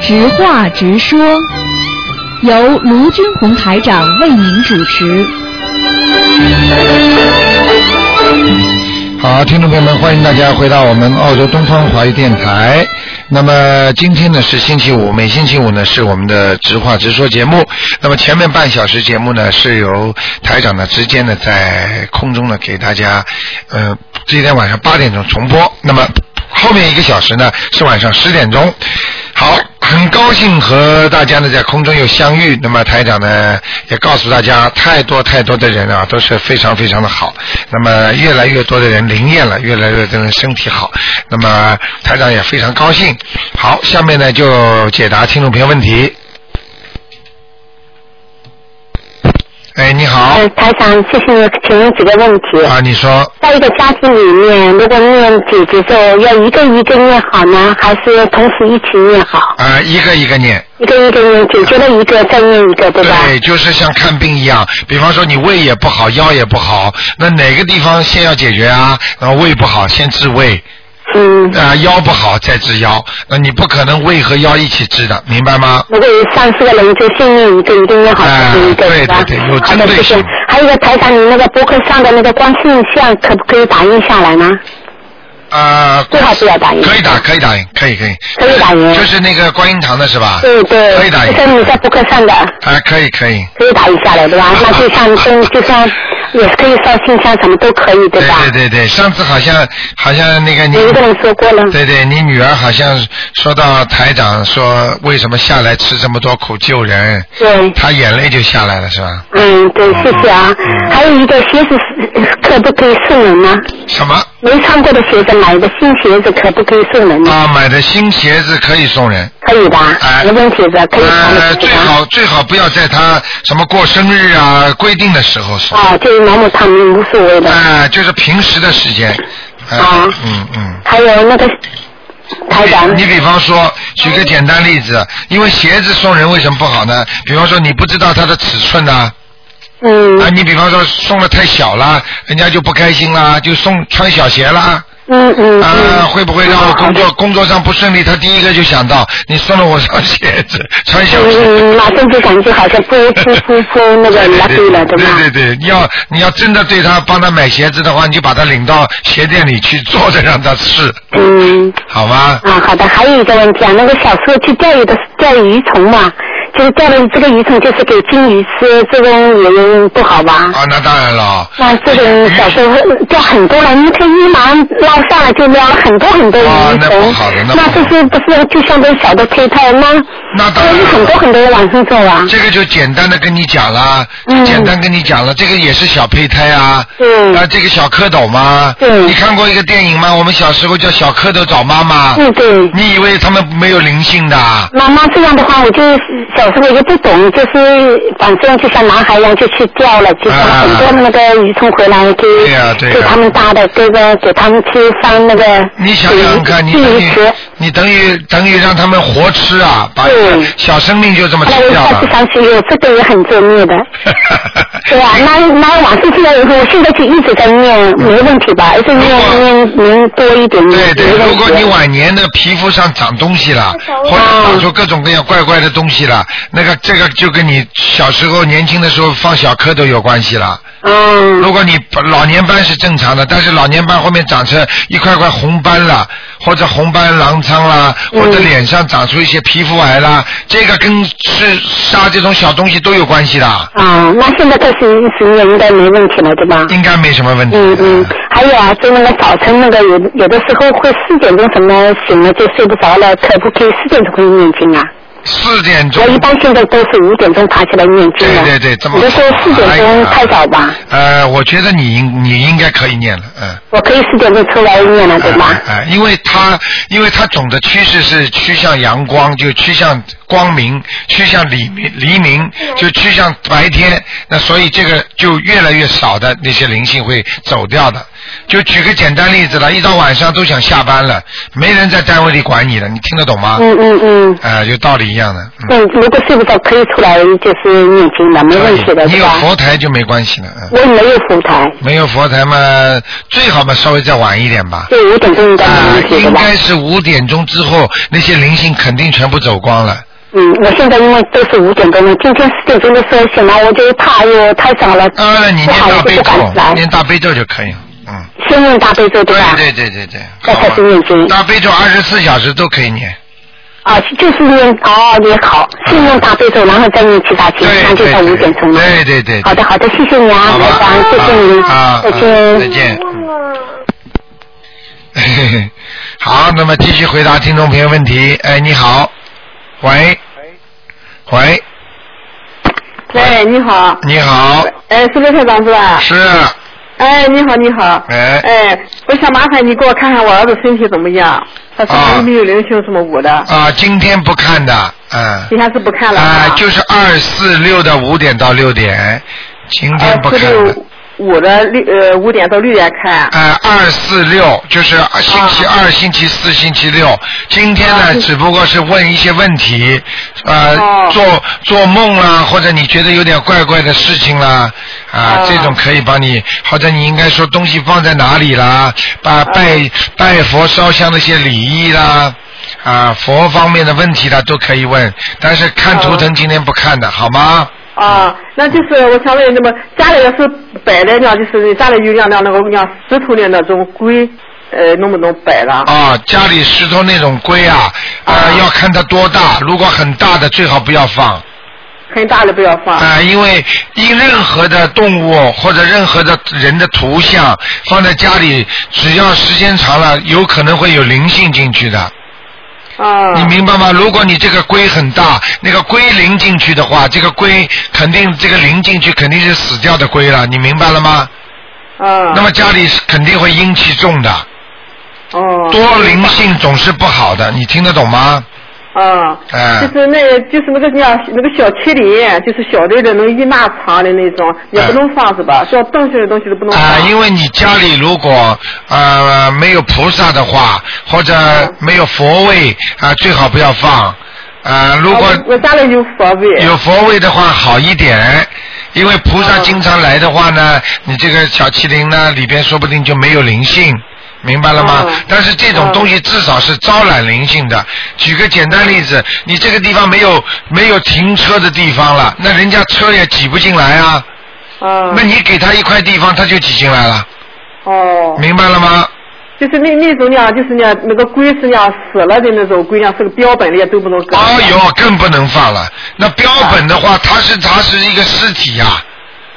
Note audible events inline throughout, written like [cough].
直话直说，由卢军红台长为您主持。好，听众朋友们，欢迎大家回到我们澳洲东方华语电台。那么今天呢是星期五，每星期五呢是我们的直话直说节目。那么前面半小时节目呢是由台长呢直接呢在空中呢给大家，呃，今天晚上八点钟重播。那么后面一个小时呢是晚上十点钟。好，很高兴和大家呢在空中又相遇。那么台长呢也告诉大家，太多太多的人啊都是非常非常的好。那么越来越多的人灵验了，越来越多人身体好。那么台长也非常高兴。好，下面呢就解答听众朋友问题。哎，你好呃，台长，谢谢你，请问几个问题。啊，你说在一个家庭里面，如果念姐姐咒，要一个一个念好呢，还是同时一起念好？啊，一个一个念。一个一个念，解决了一个再念一个，对吧？对，就是像看病一样，比方说你胃也不好，腰也不好，那哪个地方先要解决啊？然后胃不好，先治胃，嗯，啊、腰不好再治腰，那你不可能胃和腰一起治的，明白吗？如果有上四个人，就先念一个，一定念好，哎再念一个，对吧？对对有好针的，对谢谢性。还有一个台长，你那个博客上的那个观世音像，可不可以打印下来呢？啊、最好不要打印。可以打，可以打，可以可以。可以打赢就是那个观音堂的是吧？对对，可以打印就是你在博客上的。啊，可以可以。可以打一下来对 [laughs] 吧？那就像跟就像也是可以烧信箱，什么都可以对对吧？对对对，上次好像好像那个你有一个人说过了，对对，你女儿好像说到台长说为什么下来吃这么多苦救人，对，她眼泪就下来了是吧？嗯，哦对，谢谢啊。嗯还有一个鞋子是可不可以送人呢？什么没穿过的鞋子买的新鞋子可不可以送人呢？啊？买的新鞋子可以送人，可以吧？哎没问题的，可以穿呃，的最啊对吧？好最好不要在她什么过生日啊规定的时候送，啊，就是某某他们无所谓的。哎、就是平时的时间，哎啊嗯嗯。还有那个台长，你比方说，举个简单例子，因为鞋子送人为什么不好呢？比方说你不知道它的尺寸呐、嗯啊，你比方说送的太小了，人家就不开心啦，就送穿小鞋啦，嗯嗯啊，嗯，会不会让我工作工作上不顺利？他第一个就想到你送了我双鞋子，穿小鞋。嗯，马上就感觉好像不不不不那个 lucky 了，对吧？对对对，你要你要真的对他帮他买鞋子的话，你就把他领到鞋店里去坐着让他试，嗯。好吗？啊，好的，还有一个问题啊，那个小时候去钓鱼的钓鱼虫嘛，就是钓了这个鱼虫，就是给金鱼吃，这种也不好吧？啊，那当然了。那这种小时候钓很多了，你看一忙捞上来就捞了很多很多啊鱼那虫，不好的那不好那这是不是就像这小的胚胎吗？那当然是很多很多往上走啊。这个就简单的跟你讲了，嗯简单跟你讲了，这个也是小胚胎啊，嗯啊，这个小蝌蚪嘛，对你看过一个电影吗？我们小时候叫小蝌蚪找妈妈，嗯，对。你以为他们没有灵性的啊？妈妈这样的话，我就小时候我就不懂，就是反正就像男孩一样就去钓了，就钓了很多那个鱼虫回来给、对呀对呀给他们搭的，给个给他们吃翻那个呃你想想看，你金等鱼于池，你等于等于让他们活吃啊，把对小生命就这么后来吃嗯哎我掉下次了。想起，有这个也很作孽的。 [laughs] [laughs] 对啊，那那晚上睡觉以后，我现在就一直在念，没问题吧？而且如果念念念多一点，没对对，如问果题你。晚年的皮肤上长东西了，或者啊长出各种各样怪怪的东西了，那个这个就跟你小时候年轻的时候放小蝌蚪有关系了。嗯，如果你老年斑是正常的，但是老年斑后面长成一块块红斑了，或者红斑狼疮啦，或嗯者脸上长出一些皮肤癌啦，这个跟吃杀这种小东西都有关系的，啊，那现在开始一直念应该没问题了，对吧？应该没什么问题。嗯嗯，还有啊，就那个早晨那个有有的时候会四点钟什么醒了就睡不着了，可不可以四点钟可以念经啊？四点钟我。一般现在都是五点钟爬起来念经啊对的。对对，这么啊你就说四点钟太早吧？哎呀呃，我觉得你应你应该可以念了，嗯。我可以四点钟出来念了，对吧？哎、哎因为它因为它总的趋势是趋向阳光，就趋向光明，趋向黎明，黎明就趋向白天。那所以这个就越来越少的那些灵性会走掉的。就举个简单例子了，一到晚上都想下班了，没人在单位里管你了，你听得懂吗？嗯嗯嗯，哎、有道理一样的。嗯，嗯，如果睡不着可以出来就是念经的，没问题的你是有吧？佛台就没关系了，嗯，我没有佛台，没有佛台嘛，最好嘛稍微再晚一点吧。就五点钟应该没啊，问题的应吧？该是五点钟之后，那些灵性肯定全部走光了。嗯，我现在因为都是五点钟了，今天四点钟的时候醒来，我就怕又太早了，当然，啊你不念好意大思悲不敢起咒，念来，大悲咒就可以了。嗯，先念大悲咒对吧？对对对对，再好开始吧念经大悲咒二十四小时都可以念。啊，就是念哦也好，先念大悲咒，然后再念其他经，对那就对到五对点钟了。对对对，好的好的，谢谢你啊，好吧台长，谢谢你，啊，啊再见。再见。嗯 [laughs] 好，那么继续回答听众朋友问题。哎，你好，喂，喂，喂，哎你好。你好，哎，是刘台长是啊吧？是，哎，你好，你好。哎，哎，我想麻烦你给我看看我儿子身体怎么样，他身啊上有没有灵性什么五的？啊，今天不看的，嗯，今天是不看了啊，吧就是二四六的五点到六点，今天不呃看四了六。五的六呃五点到六点看。呃，二四六就是星期二、星期四、星期六。今天呢，啊只不过是问一些问题，呃，哦做做梦啦，或者你觉得有点怪怪的事情啦，啊，哦这种可以帮你，或者你应该说东西放在哪里啦，把哦拜、拜佛烧香的一些礼仪啦。啊，佛方面的问题啦都可以问，但是看图哦腾今天不看的，好吗？啊，那就是我想问，那么家里要是摆的呢，就是家里有两两那个像石头的那种龟，呃，能不能摆了？啊，家里石头那种龟啊，啊、啊要看它多大，如果很大的最好不要放，啊、很大的不要放。因为因任何的动物或者任何的人的图像放在家里，只要时间长了，有可能会有灵性进去的，啊。你明白吗？如果你这个龟很大，那个龟灵进去的话，这个龟肯定这个灵进去肯定是死掉的龟了，你明白了吗？啊。那么家里是肯定会阴气重的，哦。多灵性总是不好的，你听得懂吗？啊。哎、就是那个，就是那个叫那个小麒麟，就是小的那种一马长的那种，也不能放是吧？像东西的东西都不能放。啊、因为你家里如果呃没有菩萨的话，或者嗯没有佛位啊、最好不要放。啊、如果啊我我家里有佛位。有佛位的话好一点，因为菩嗯萨经常来的话呢，你这个小麒麟呢里边说不定就没有灵性。明白了吗嗯？但是这种东西至少是招揽灵性的。举个简单例嗯子，你这个地方没有没有停车的地方了，那人家车也挤不进来啊。啊。那你给他一块地方，他就挤进来了。哦。明白了吗？就是那那种呢，就是呢，那个龟是呢死了的那种龟呢，是个标本的，都不能搁。哦哟，更不能放了。那标本的话，它是它是一个尸体呀、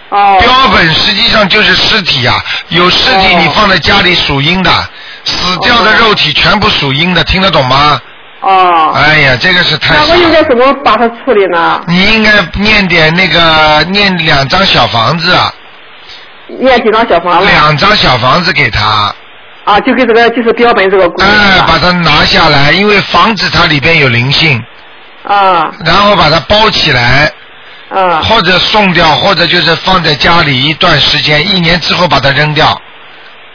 啊哦。标本实际上就是尸体呀、有尸体哦你放在家里属阴的，死掉的肉体全部属阴的，听得懂吗？哦。哎呀，这个是太那傻我应了。该怎么把它处理呢？你应该念点那个念两张小房子，啊，念几张小房子？两张小房子给他，啊，就给这个就是标本这个龟。哎是，把吧它拿下来，因为防止它里边有灵性，啊然后把它包起来，啊或者送掉，或者就是放在家里一段时间，一年之后把它扔掉。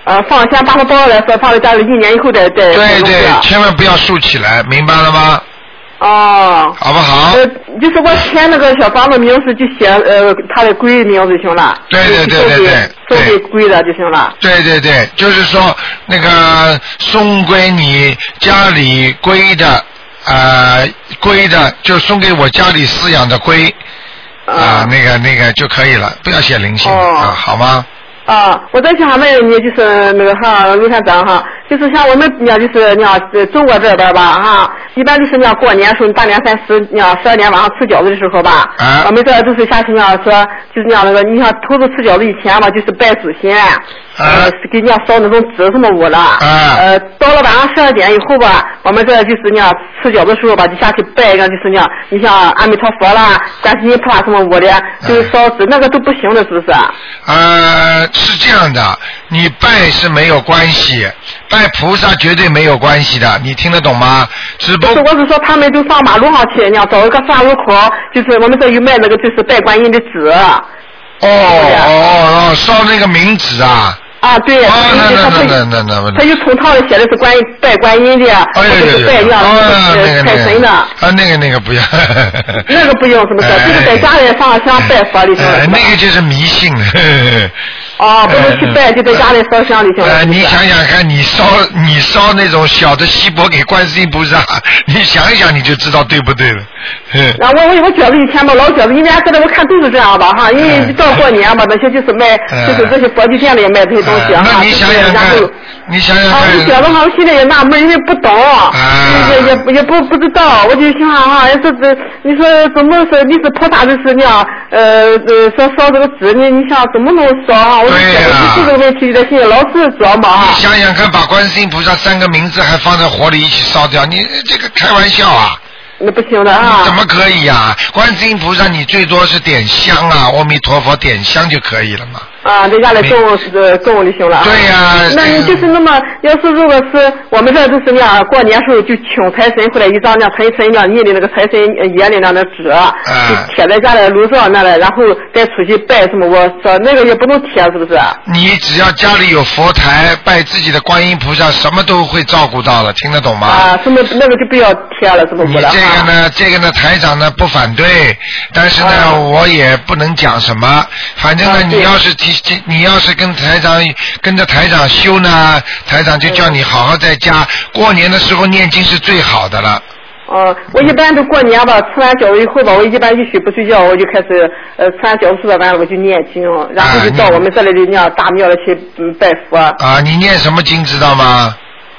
啊！放先把它包来说，放在家里一年以后再再对再弄对掉，千万不要竖起来，明白了吗？哦。好不好？呃，就是我签那个小房子名字就写呃他的龟名字就行了，对对对对对送给对送给龟的就行了。对对对，就是说那个送归你家里归的，呃，归的就送给我家里饲养的龟啊、那个那个就可以了，不要写零星、哦啊，好吗？啊，我再想问你，就是那个哈，卢探长哈，就是像我们呀，就是那样，呃中国这边吧哈，一般就是那样过年时候，大年三十那样十二点晚上吃饺子的时候吧，啊我们这儿都是下去那样说，就是那样那个，你像头次吃饺子以前吧，就是拜祖先，呃，给人家烧那种纸什么舞了，啊呃，到了晚上十二点以后吧，我们这儿就是那样吃饺子的时候吧，就下去拜一个，就是那样，你像阿弥陀佛啦、观世音菩萨什么舞的，啊就是烧纸，那个都不行的，是不啊是？呃，是这样的，你拜是没有关系，拜菩萨绝对没有关系的，你听得懂吗？只不不是，我是说他们都上马路上去，那样找一个岔路口，就是我们这有卖那个就是拜观音的纸，哦哦哦，烧那个冥纸啊，啊，对，啊所以就那他那那那那那他就从套里写的是关于拜观音的，哎或呦呦者是呦！拜庙啊，那个拜那神个，的，啊，那个那个不 [laughs] 要。那个不用什么的，就是在家里上香拜佛的就哎行了。那个就是哎迷信 [laughs] 了。哦，不能去拜，就在家里烧香就行了。呃，是不你是想想看，你烧你烧那种小的锡箔给观世音菩萨， [laughs] 你想一想你就知道对不对了。 [laughs] 嗯然后我我我觉得以前吧，老觉得，因为俺现在我看都是这样吧哈，因为嗯到过年嘛，那些就是卖，嗯就是这些佛具店里也卖这些东西呃那哈，你就是想想然看后。，你想想啊，我就觉看啊得，哈，我心里也纳闷，因为不懂，也也也不不知道，我就想哈，哎这这，你说怎么是你是菩萨就是那样，呃呃，说烧这个纸，你你想怎么能烧啊？我就觉得就是这个问题，在心里老是琢磨啊你哈。想想看，把观世音菩萨三个名字还放在火里一起烧掉，你这个开玩笑啊！那不行的你怎啊，么可以呀、观世音菩萨，你最多是点香啊，阿弥陀佛点香就可以了嘛。啊，在家里供呃供就行了啊。对呀、那你就是那么，要是如果是我们这就是那样，过年时候就请财神回来一张那财神那印的那个财神呃爷的那那纸，啊啊就贴在家里炉灶那了，然后再出去拜什么，我说那个也不能贴，是不是？啊你只要家里有佛台，拜自己的观音菩萨，什么都会照顾到了，听得懂吗？啊，什么那个就不要贴了，是不你是？这个啊？呢，这个呢，台长呢不反对，但是呢，啊我也不能讲什么。反正呢，啊对你要是提，提你要是跟台长跟着台长修呢，台长就叫你好好在家、过年的时候念经是最好的了。嗯，我一般都过年吧，吃完饺子以后吧，我一般一宿不睡觉，我就开始呃吃完饺子吃完了我就念经，然后就到我们这里的那样大庙里去嗯拜佛。啊，你念什么经知道吗？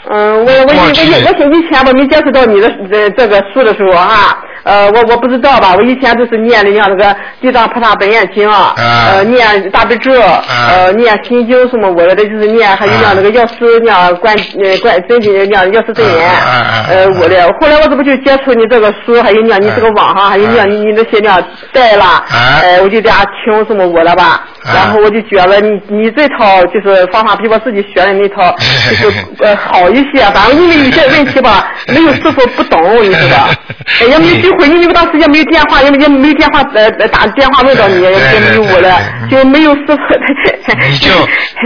嗯，我我我过我去以我以前吧没接触到你的这这个书的时候啊，呃，我我不知道吧，我以前就是念的像那个《地藏菩萨本愿经》啊，啊呃，念大悲咒，呃，念心经什么我的，就是念还有啊像那个药师那观呃观真经那药师真言啊啊啊啊，呃，我的，后来我这不就接触你这个书，还有念你这个网上，还有啊念你你那些那带了，呃，我就这样听什么我的吧，啊然后我就觉得你你这套就是方法比我自己学的那套就是。呃好一些，反正因为有些问题吧，没有师傅不懂，你知道， [laughs] 哎也没机会，因为我当时也没有电话，也没也没有电话呃呃打电话问到你，对对也没有我了，就没有师傅。 [laughs] 你就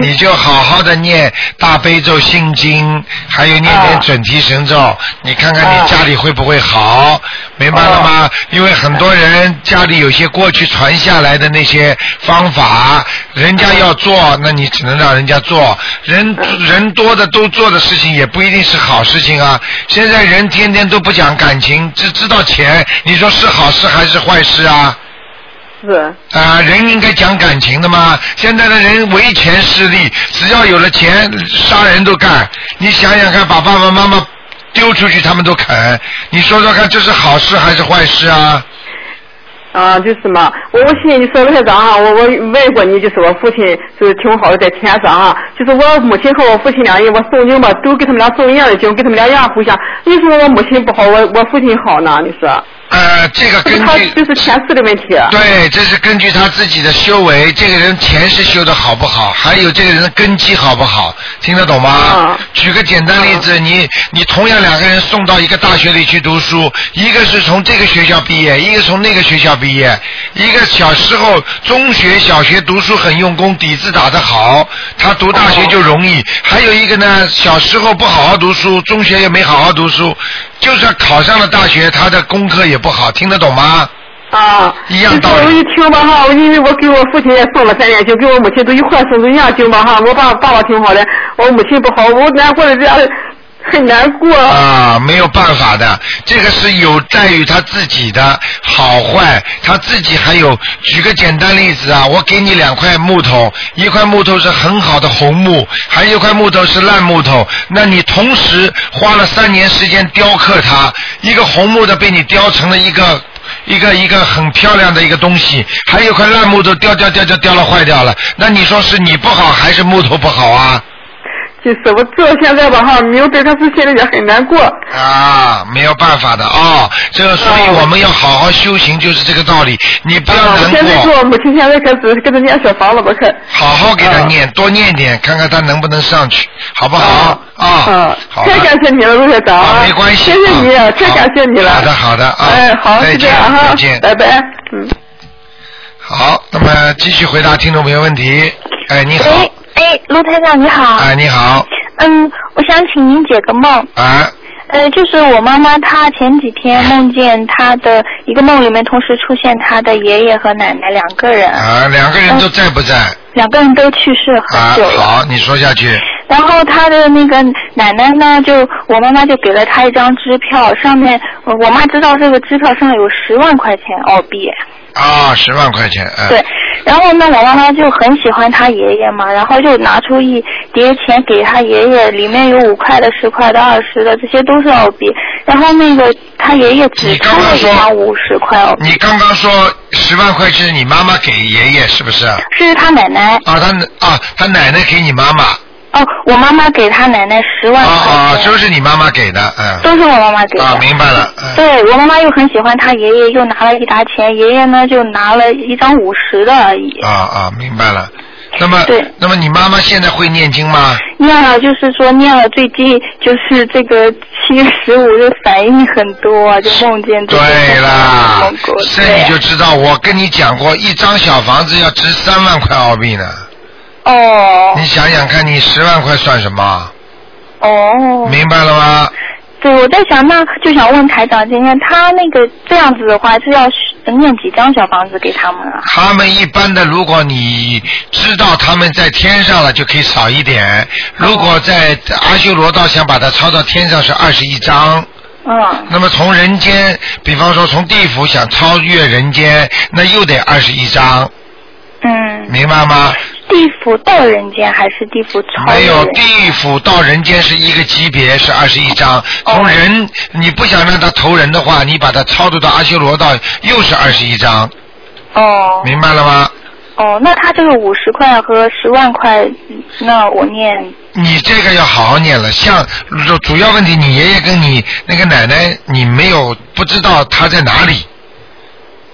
你就好好的念大悲咒心经，还有念点啊准提神咒，你看看你啊家里会不会好，明白了吗？因为很多人家里有些过去传下来的那些方法，人家要嗯做，那你只能让人家做。人人多的都做的事情也不一定是好事情啊。现在人天天都不讲感情，只知道钱，你说是好事还是坏事啊？是啊、人应该讲感情的嘛。现在的人唯钱是利，只要有了钱，杀人都干。你想想看，把爸爸妈妈丢出去，他们都肯。你说说看，这是好事还是坏事啊？啊，就是嘛，我我信你说的太早啊，我我问过你，就是我父亲就是挺好的，在天上啊，就是我母亲和我父亲俩人，我诵经吧，都给他们俩诵一样的经，给他们俩一样互相。为什么我母亲不好，我我父亲好呢？你说，呃，这个就是根他据就是前世的问题。啊对，这是根据他自己的修为，这个人前世修的好不好，还有这个人的根基好不好，听得懂吗？啊举个简单例子，你你同样两个人送到一个大学里去读书，一个是从这个学校毕业，一个从那个学校毕业，一个小时候中学、小学读书很用功，底子打得好，他读大学就容易；还有一个呢，小时候不好好读书，中学也没好好读书，就算考上了大学，他的功课也不好，听得懂吗？啊，一样道就是我理一听吧哈，我因为我给我父亲也送了三年经，给我母亲都一块送，都一样经吧哈。我爸爸爸挺好的，我母亲不好，我难过的这样很难过。啊，没有办法的，这个是有在于他自己的好坏，他自己还有。举个简单例子啊，我给你两块木头，一块木头是很好的红木，还有一块木头是烂木头。那你同时花了三年时间雕刻它，一个红木的被你雕成了一个。一个一个很漂亮的一个东西，还有一块烂木头雕雕雕雕雕了坏掉了，那你说是你不好还是木头不好啊？就是我到现在吧哈，没有对他父亲的也很难过。啊，没有办法的啊、这个所以哦我们要好好修行，就是这个道理。你不要啊，我难现在给过，我母亲现在开始给她念小房子吧，快。好好给他念，多念点，看看他能不能上去，好不好？啊嗯，好的太感谢你了，陆校长啊没关系谢谢你，啊太感谢你了。好的好的啊哎，好，再就这见样哈再见，拜拜，嗯。好，那么继续回答听众朋友问题。哎，你好喂，哎，卢台长你好。哎，你好，嗯，我想请您解个梦。啊，呃，就是我妈妈她前几天哎梦见她的一个梦里面同时出现她的爷爷和奶奶两个人，啊，两个人都在不在？两个人都去世啊很久，了。好，你说下去。然后她的那个奶奶呢，就我妈妈就给了她一张支票，上面我我妈知道这个支票上有十万块钱澳币。啊、十万块钱，嗯，对，然后呢，我妈妈就很喜欢她爷爷嘛，然后就拿出一叠钱给她爷爷，里面有五块的、十块的、二十的，这些都是澳币。然后那个她爷爷只你刚掏刚了一说张五十块哦澳币，你刚刚说十万块是你妈妈给爷爷是不是？啊，是她奶奶他啊，他奶奶给你妈妈，哦，我妈妈给她奶奶十啊万啊块，钱，都是你妈妈给的，嗯，都是我妈妈给的。啊，明白了，嗯，对我妈妈又很喜欢她爷爷，又拿了一沓钱，爷爷呢就拿了一张五十的而已。啊啊，明白了。那么对，那么你妈妈现在会念经吗？念了就是说念了最近就是这个七月十五就反应很多啊，就梦见这个对啦蒙古，这对你就知道，我跟你讲过，一张小房子要值三万块澳币呢。哦你想想看，你十万块算什么？哦，明白了吗？对，我在想那哦就想问台长今天他那个这样子的话是要念几张小房子给他们啊？他们一般的，如果你知道他们在天上了，就可以少一点；如果在阿修罗道想把它抄到天上是二十一章，嗯，那么从人间，比方说从地府想超越人间，那又得二十一章，嗯，明白吗？地府到人间还是地府超没越有人间地府到人间是一个级别，是二十一章。从哦人，你不想让他投人的话，你把他超度到阿修罗道，又是二十一章，哦明白了吗？哦，那他这个五十块和十万块，那我念你这个要好好念了。像主主要问题，你爷爷跟你那个奶奶，你没有不知道他在哪里，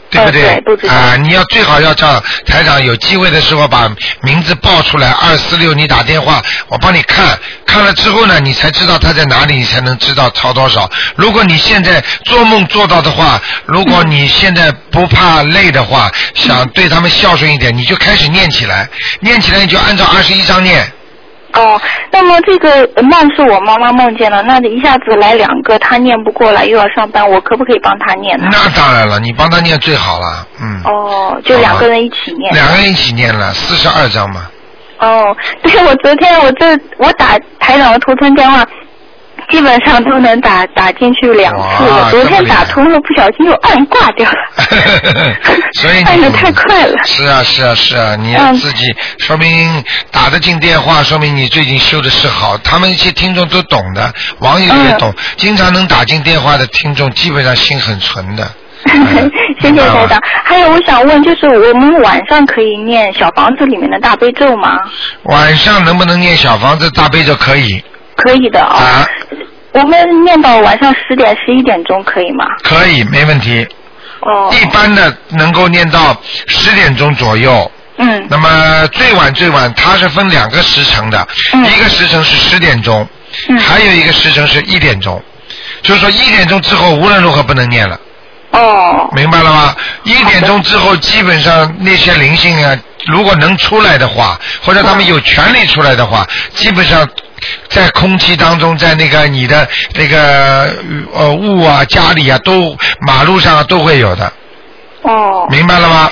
对不呃对不知道啊、你要最好要叫台长有机会的时候把名字报出来，二四六你打电话，我帮你看看了之后呢，你才知道他在哪里，你才能知道超多少。如果你现在做梦做到的话，如果嗯你现在不怕累的话，想对他们孝顺一点，你就开始念起来，念起来你就按照二十一章念。哦，那么这个呃梦是我妈妈梦见了，那一下子来两个，她念不过来，又要上班，我可不可以帮她念呢？那当然了，你帮他念最好了，嗯，哦，就两个人一起念。两个人一起念了四十二章嘛，哦，对，我昨天我这我打台长的图腾电话，基本上都能打打进去两次哇了。昨这么天厉害，打通了，不小心又按挂掉了 [laughs] [laughs] 所以你按的太快了。是啊，是啊，是啊，你嗯自己、说明打得进电话，说明你最近修的是好。他们一些听众都懂的，网友也懂，嗯经常能打进电话的听众，基本上心很纯的。嗯 [laughs] 谢谢台长。还有，我想问，就是我们晚上可以念小房子里面的大悲咒吗？晚上能不能念小房子大悲咒可以可以的哦。啊？我们念到晚上十点、十一点钟可以吗？可以，没问题。哦，一般的能够念到十点钟左右。嗯，那么最晚最晚，它是分两个时辰的，嗯一个时辰是十点钟，嗯还有一个时辰是一点钟。就是说一点钟之后无论如何不能念了，哦，明白了吗？一点钟之后基本上那些灵性啊，如果能出来的话，或者他们有权利出来的话，基本上。在空气当中，在那个你的那个呃物啊、家里啊、都马路上啊都会有的，哦，明白了吗？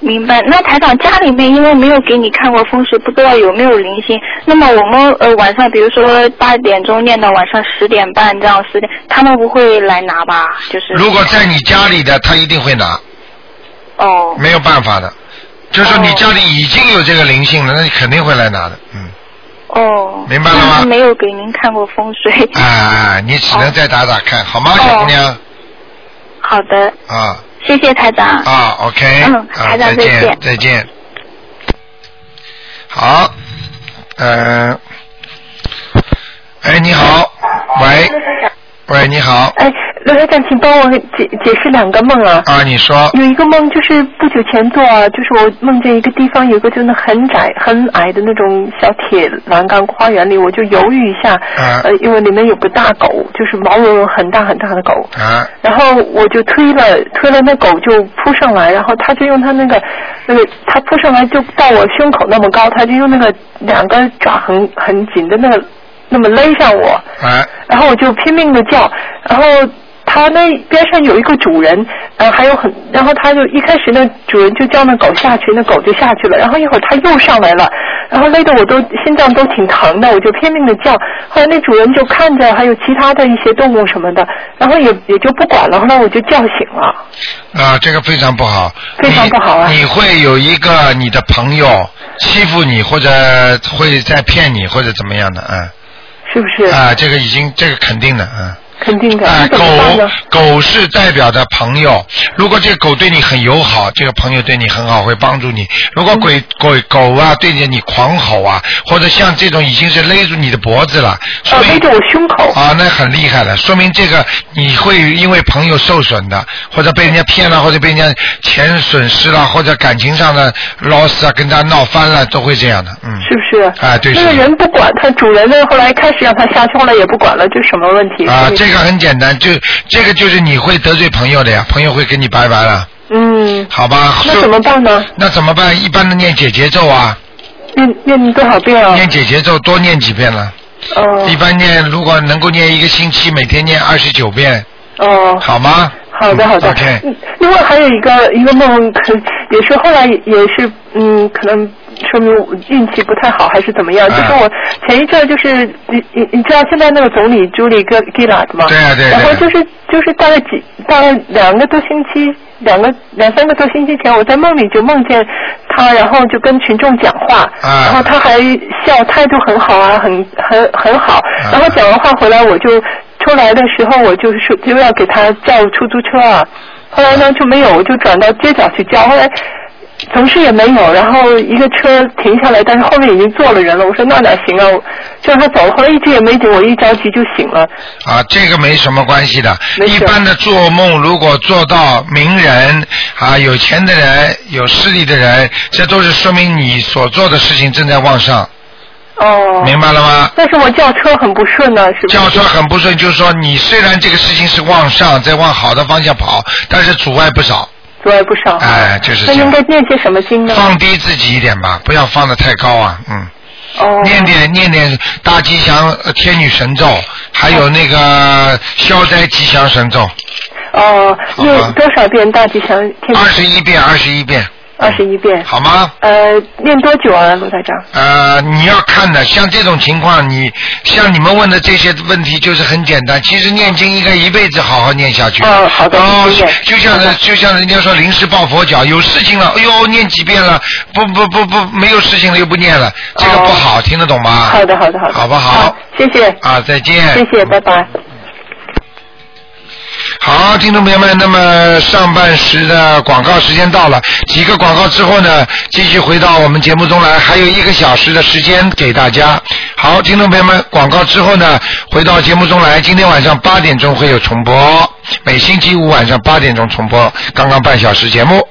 明白。那台长家里面因为没有给你看过风水，不知道有没有灵性。那么我们呃晚上，比如说八点钟念到晚上十点半这样十点，他们不会来拿吧？就是如果在你家里的，他一定会拿。哦没有办法的，就是说你哦家里已经有这个灵性了，那你肯定会来拿的，嗯，哦，明白了吗那没有给您看过风水。哎哎，你只哦能再打打看，好吗，哦小姑娘？好的，啊谢谢台长。啊，OK，嗯啊，台长再再见见，再见。好，呃嗯，哎，你好，喂，喂，喂，你好，哎，刘台长，请帮我解解释两个梦啊。啊，你说，有一个梦就是不久前做啊，就是我梦见一个地方有一个就那很窄很矮的那种小铁栏杆花园里，我就犹豫一下，啊呃，因为里面有个大狗，就是毛茸茸很大很大的狗，啊，然后我就推了推了那狗就扑上来，然后它就用它那个那个它扑上来就到我胸口那么高，它就用那个两个爪很很紧的那个那么勒上我，啊，然后我就拼命的叫，然后它那边上有一个主人，呃，还有很，然后它就一开始那主人就叫那狗下去，那狗就下去了，然后一会儿它又上来了，然后勒得我都心脏都挺疼的，我就拼命的叫，后来那主人就看着还有其他的一些动物什么的，然后也也就不管了，后来我就叫醒了，啊，这个非常不好，非常不好啊你你会有一个你的朋友欺负你，或者会在骗你，或者怎么样的，嗯，是不是？啊，这个已经这个肯定的，嗯。肯 [laughs] 定的，啊、那怎狗么办呢？狗是代表着朋友，如果这个狗对你很友好，这个朋友对你很好，会帮助你；如嗯果鬼鬼狗啊对着你狂吼啊，或者像这种已经是勒住你的脖子了，啊所，以勒着我胸口，啊，那很厉害了，说明这个你会因为朋友受损的，或者被人家骗了，或者被人家钱损失了，或者感情上的 loss 啊，跟他闹翻了，都会这样的，嗯。是不是？啊对那是个的人不管它，主人呢后来开始让它下去，后来也不管了，这什么问题？啊，是这个很简单，就这个就是你会得罪朋友的呀，朋友会跟你拜拜了。嗯，好吧？那就怎么办呢？那怎么办？一般的念姐姐咒啊，念念多少遍啊？念姐姐咒多念几遍了。哦一般念，如果能够念一个星期，每天念二十九遍，哦，好吗？好的嗯好的。 OK，嗯另外还有一个一个梦，可也是后来也是嗯，可能说明我运气不太好还是怎么样？嗯就是我前一阵儿就是你你你知道现在那个总理朱莉戈吉拉的吗？对啊对啊嗯然后对就啊是就是大概几大概两个多星期，两个两三个多星期前，我在梦里就梦见他，然后就跟群众讲话，啊然后他还笑，态度很好啊，很很很好。啊然后讲完话回来，我就出来的时候，我就是说就要给他叫出租车啊。后来呢就没有，我就转到街角去叫，后来总是也没有。然后一个车停下来，但是后面已经坐了人了。我说那哪行啊，我就让他走了。后来一直也没走，我一着急就醒了。啊，这个没什么关系的。没事一般的做梦，如果做到名人啊、有钱的人、有势力的人，这都是说明你所做的事情正在往上，哦，明白了吗？但是我叫车很不顺呢、是不是？叫车很不顺，就是说你虽然这个事情是往上，在往好的方向跑，但是阻碍不少。阻碍不少。哎，就是这那应样该。念些什么经呢？放低自己一点吧，不要放的太高啊，嗯，哦，念点念点大吉祥呃天女神咒，还有那个消灾吉祥神咒，哦，好吧念多少遍大吉祥天二十一遍，二十一遍，二十一遍。好吗？呃，念多久啊，罗台长？呃，你要看的，像这种情况，你像你们问的这些问题，就是很简单。其实念经应该一辈子好好念下去。哦好的哦谢谢，就像人就像人家说临时抱佛脚，有事情了，哎呦，念几遍了，不不不不，没有事情了又不念了，这个不好，听得懂吗？哦好的，好的，好的。啊好不好？谢谢，啊，再见。谢谢，拜拜。好，听众朋友们，那么上半时的广告时间到了，几个广告之后呢，继续回到我们节目中来，还有一个小时的时间给大家。好，听众朋友们，广告之后呢，回到节目中来，今天晚上八点钟会有重播，每星期五晚上八点钟重播，刚刚半小时节目。